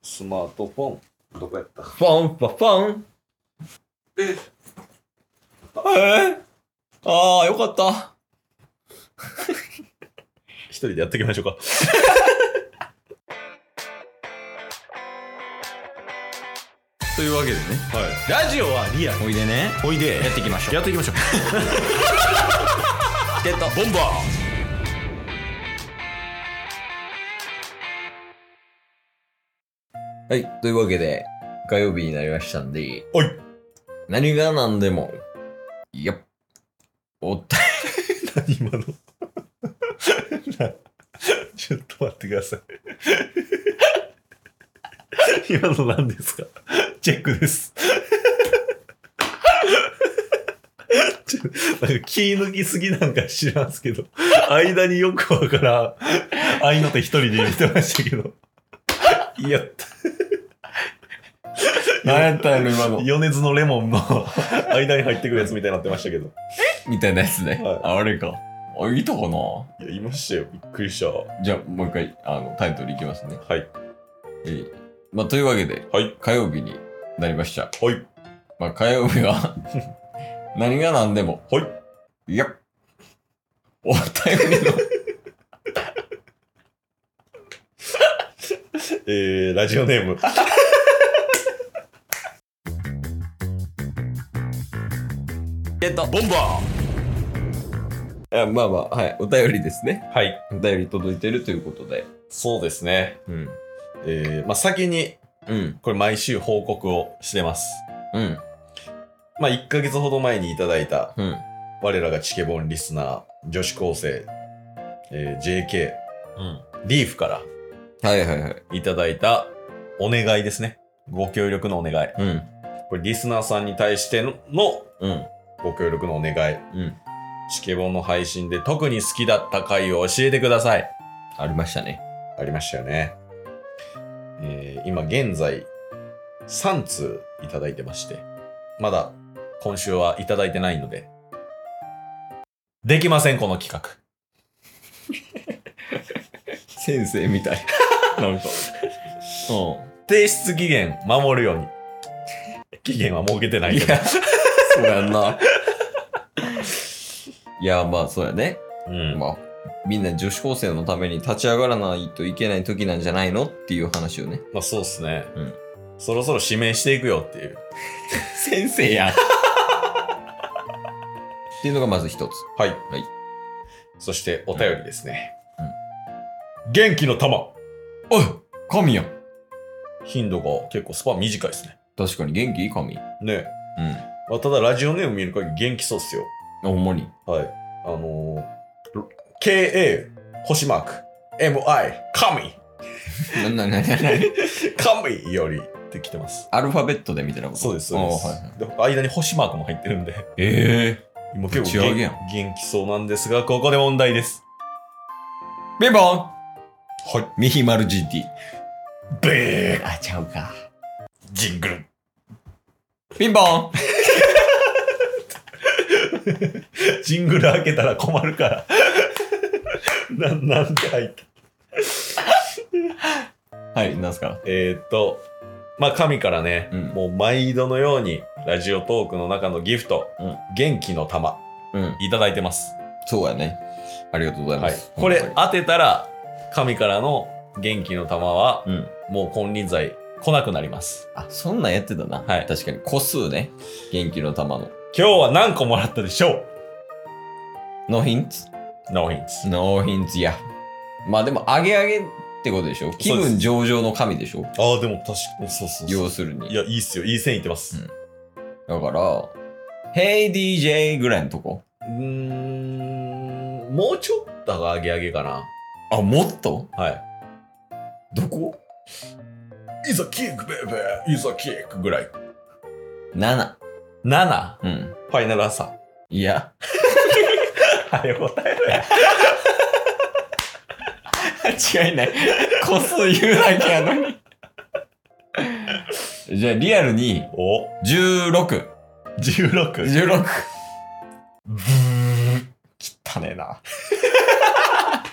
スマートフォン。どこやったファンファファンええー、ああ、よかった。 一人でやっていきましょうか。 というわけでね、はい、ラジオはリアル。おいでね。おいで。やっていきましょう。やっていきましょう。 ゲットボンバーはい。というわけで、火曜日になりましたんで、おい何が何でも、いや、おった、何今のちょっと待ってください。今の何ですかチェックです。ちょなんか気抜きすぎなんか知らんすけど、間によくわからん、合いの手一人で見てましたけど。いや、 何やったんやろ今の米津のレモンの間に入ってくるやつみたいになってましたけど。 みたいなやつね。はいあ、あれか。あ、いいとこいや、いましたよ。びっくりした。はな。じゃあ、もう一回、あの、タイトルいきますね。えい。いまあ、というわけで、はい。火曜日になりました。はい。まあ、火曜日は、 何が何でも、はい。いや、お便りの、えー、ラジオネーム。ゲットボンバあまあまあ、はい、お便りですね。ーはい。お便り届いてるということで。そうですね。うん。えー、まあ、先に、うん。これ毎週報告をしてます。うん。まあ、1ヶ月ほど前にいただいた、うん。我らがチケボンリスナー、女子高生、えー、JK、うん。リーフからはいはいはい。いただいたお願いですね。ご協力のお願い。うん。これ、リスナーさんに対してのうん。ご協力のお願い。うん。チケボンの配信で特に好きだった回を教えてください。ありましたね。ありましたよね。えー今現在3通いただいてまして、まだ今週はいただいてないので、できません、この企画。先生みたい。 なんか。うん。提出期限守るように。 期限は設けてないけど。や、 そうやんな。いや、まあ、そうやね。うんまあ、みんな女子高生のために立ち上がらないといけない時なんじゃないのっていう話をね。まあそうっすね、うんそろそろ指名していくよっていう。先生やん。っていうのがまず一つ。はい。いそしてお便りですね。元気の玉おい神やん頻度が結構スパン短いですね。確かに元気いい神。うん。ねまあ、ただラジオネーム見る限り元気そうっすよ。ほんまに。はい。あのー、KA、星マーク、MI、神、な、な、な、な、な、 神よりって来てます。アルファベットでみたいなこと。そうです、そうです。あはいはいで他間に星マークも入って るんで、ええ今結ぶち構上元げやん元気そうなんですが、ここで問題です。ー。ビンポンはい。ミヒマル GT。ベーあ、ちゃうか。ジングル。ピンポンジングル開けたら困るから。 な、なんて入ったはい、なんすかえー、っと、まあ、神からね、うんもう毎度のように、ラジオトークの中のギフト、うん元気の玉、うん。いただいてます。そうやね。ありがとうございまはいす。、こ本れ当てたら神からの元気の玉は当に、うん。もう金輪際来なくなりますあ、そんなんやってたな。はい確かに。個数ね。元気の玉の。今日は何個もらったでしょノーヒンツうノーヒンツノーヒンツや。まあでも、あげあげってことでしょ気分上々の神でしょああでも確かにそうそうそう要するいに。やいいっすよいい線いってますだから、Hey DJ ぐらいのとこ。うんーんもうちょっと上げ上げかなあ、もっとはいどこいざキックベイベーいざキックぐらい ?7。 7うん。ファイナルアンサいや。ーはい答えろや違いない。 個数言うだけやのに。 じゃあ、リアルに、お16。 16 16。汚ねえな。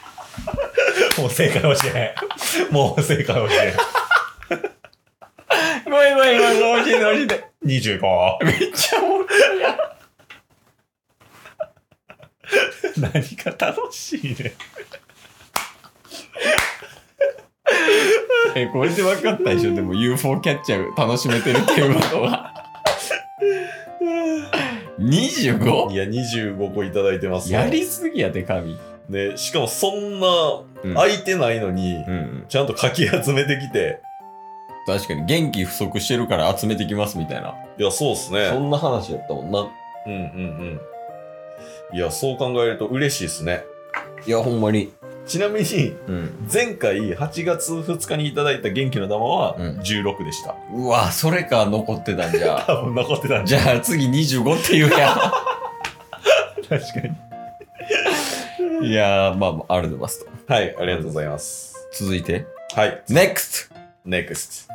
もう正解かもしれへんもう正解かもしれへんごめんごめんごめんごめん教えて教えて。25。めっちゃおもろいやん。何が楽しいね。え、これで分かったでしょでも UFO キャッチャー楽しめてるっていうことは。25? いや、25個いただいてますよやりすぎやで、神。で、しかもそんなうん、空いてないのに、うん。ちゃんとかき集めてきて、確かに元気不足してるから集めてきますみたいな。いや、そうっすね。んな話やったもんな。うんうんうん。いや、そう考えると嬉しいですね。いや、ほんまに。ちなみに、うん。前回8月2日にいただいた元気の玉はうん16でした。うわ、それか、残ってたんじゃ。多分残ってたんじじゃあ次25って言うやゃ確かに。ん。いやー、まあまあ、ありがとうございますと。はい、ありがとうございます。続いて、はい、 NEXT! NEXT。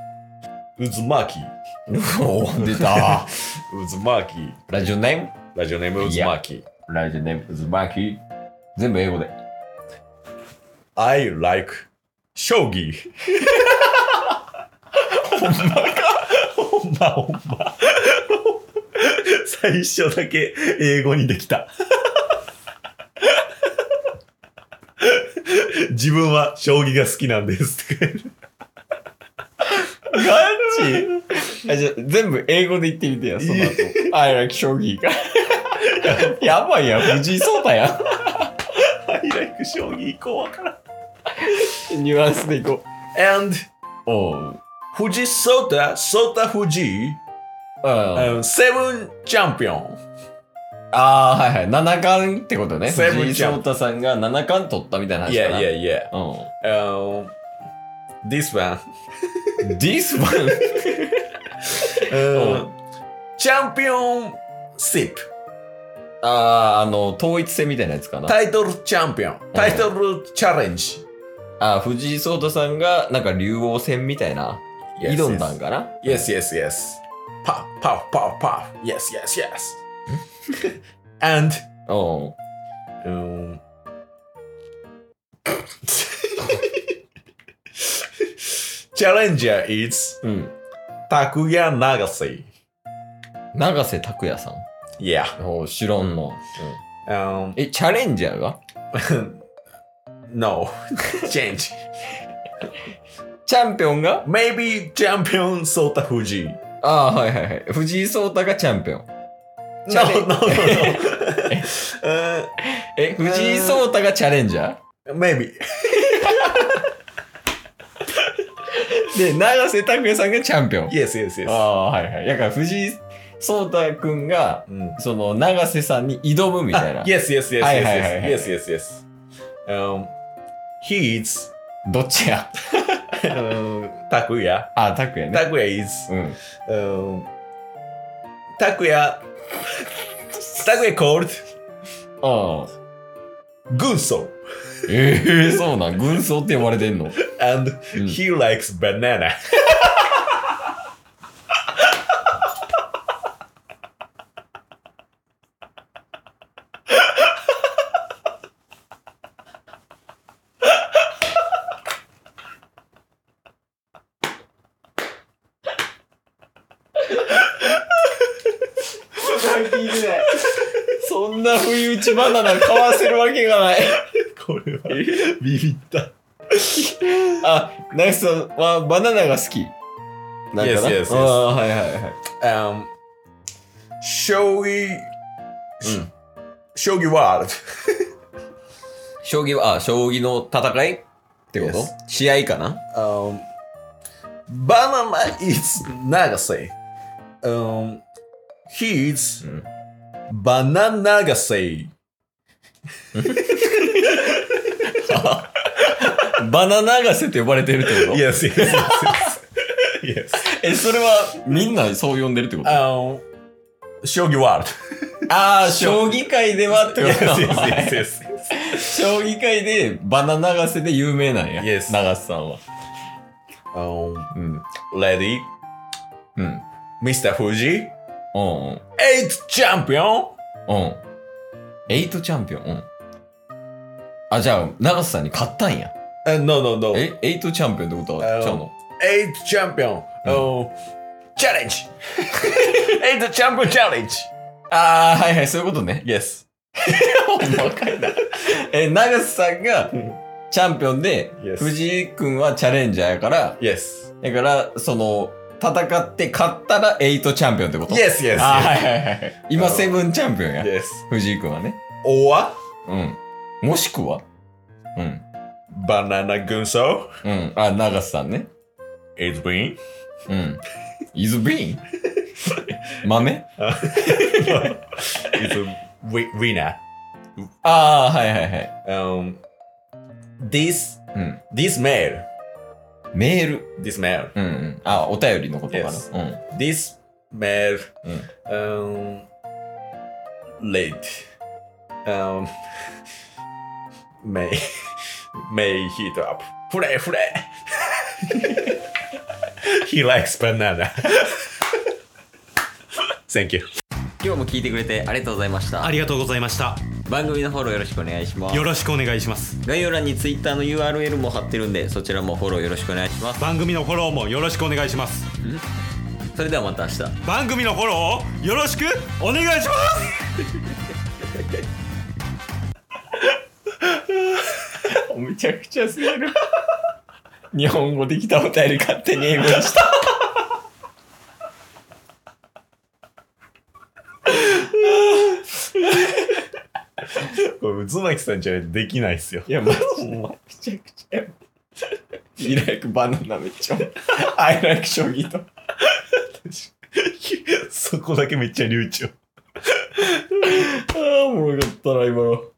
渦巻き。 おー出た。渦巻き。ラジオネームラジオネーム渦巻き。ラジオネーム、ズバキ。全部英語で。 I like 将棋。ほんまかほんまほんま。最初だけ英語にできた。自分は将棋が好きなんですって書いてガチあじゃあ全部英語で言ってみてや、そ の後。I like 将棋 が。やばいやん、藤井聡太やん。ある。I like 将棋以降わからん。ニュアンスでいこ And う。おう。藤井聡太、聡太藤井、あうんセブンチャンピオン。あー、はいはい。七冠ってことね。セブ藤ン井ちゃん聡太さんが七冠取ったみたいな話かな。いや。う Um, this one. ん。This one? Uh, んチャンピオンシップああ、あの、統一戦みたいなやつかな。タイトルチャンピオンタイトルチャレンジあー藤井聡太さんが、なんか竜王戦みたいな。挑んだんかな Yes, yes, yes. パフパフパフパフ Yes, yes, yes. And うん。 um, チャレンジャー is うん。拓也永瀬永瀬拓也さん。 Yeah. おう知らんの。 Um, え、チャレンジャーが no. Change. チャンピオンが Maybe チャンピオンソータフジ。ああ、はいはいはい。藤井聡太がチャンピオン。チ No, ャレ no, no, ン no. Uh, え、藤井聡太がチャレンジャ maybe. ーで、永瀬拓也さんがチャンピオン。 Yes, yes, yes. ああ、はいはい。だから藤井聡太くんが、うんその、永瀬さんに挑むみたいな。Mm. Ah, yes, yes, yes, はいはいはいはい yes, yes, yes, yes, yes. Um, he is どっちや um, Takuya. ああ、拓也ね。 Takuya is うん。 um, Takuya. Takuya called ああ。 Gunso, ええそうなん。軍曹って呼ばれてんの。 and うん he likes banana. そんな不意打ちバナナ買わせるわけがない。これはビビった。あ、ナイスさんはバナナが好き。なんかな Yes, yes, yes. ああ、はいはいはい。 Um, 将棋、うん将棋ワールド。将棋は、あ、将棋の戦いってこと、 Yes. 試合かな Um, banana is Nagase. Um, he is Mm. banana Nagase. バナナガセって呼ばれてるってこと Yes, yes, yes, yes. yes. え、それはみんなそう呼んでるってこと Um, Shogi World. ああ、将棋界ではってこ Yes, と yes, yes, yes. 将棋界でバナナガセで有名なんや。 Yes. 長瀬さんは。 Um, うん。 lady, うん。Hmm. うん。 Mr. Fuji, うん。 eight champion. うん。エイトチャンピオン。うん。あ、じゃあ、長瀬さんに勝ったんや。 Uh, no, no, no. え、エイトチャンピオンってことはちゃうの eight champion. Mm. Oh, チャレン ジ !It's a champion challenge! ああ、はいはい、そういうことね。 Yes. 若いな。 え、長瀬さんがうんチャンピオンで、 Yes. 藤井くんはチャレンジャーやから、 Yes. だから、その、戦って勝ったらエイトチャンピオンってこと Yes, yes. あーはいはいはい。今、あのセブンチャンピオンや。 Yes. 藤井くんはね。 Or うん。もしくはうん。 banana gunso うん。あ、長瀬さんね。 is win. うん。is bean? 豆 is a wi- winner. ああ、はいはいはい。 Um, this うん。 this mail, メール。 this mail, うんうん。あ、お便りのことかな。 Yes. うん。 this mail, Mm. um, late, um, may may heat up. Fure fure. he likes banana. Thank you. 今日も聞いてくれてありがとうございましたありがとうございました。番組のフォローよろしくお願いしますよろしくお願いします。概要欄に Twitter の URL も貼ってるんでそちらもフォローよろしくお願いします番組のフォローもよろしくお願いします。それではまた明日番組のフォローをよろしくお願いしますめちゃくちゃすぎる日本語できたお便り勝手に英語にしたこれ宇都巻さんじゃできないっすよ。いやマジでめちゃくちゃ I like banana めっちゃ I like 将棋とそこだけめっちゃ流暢。 ああおもろかったな今の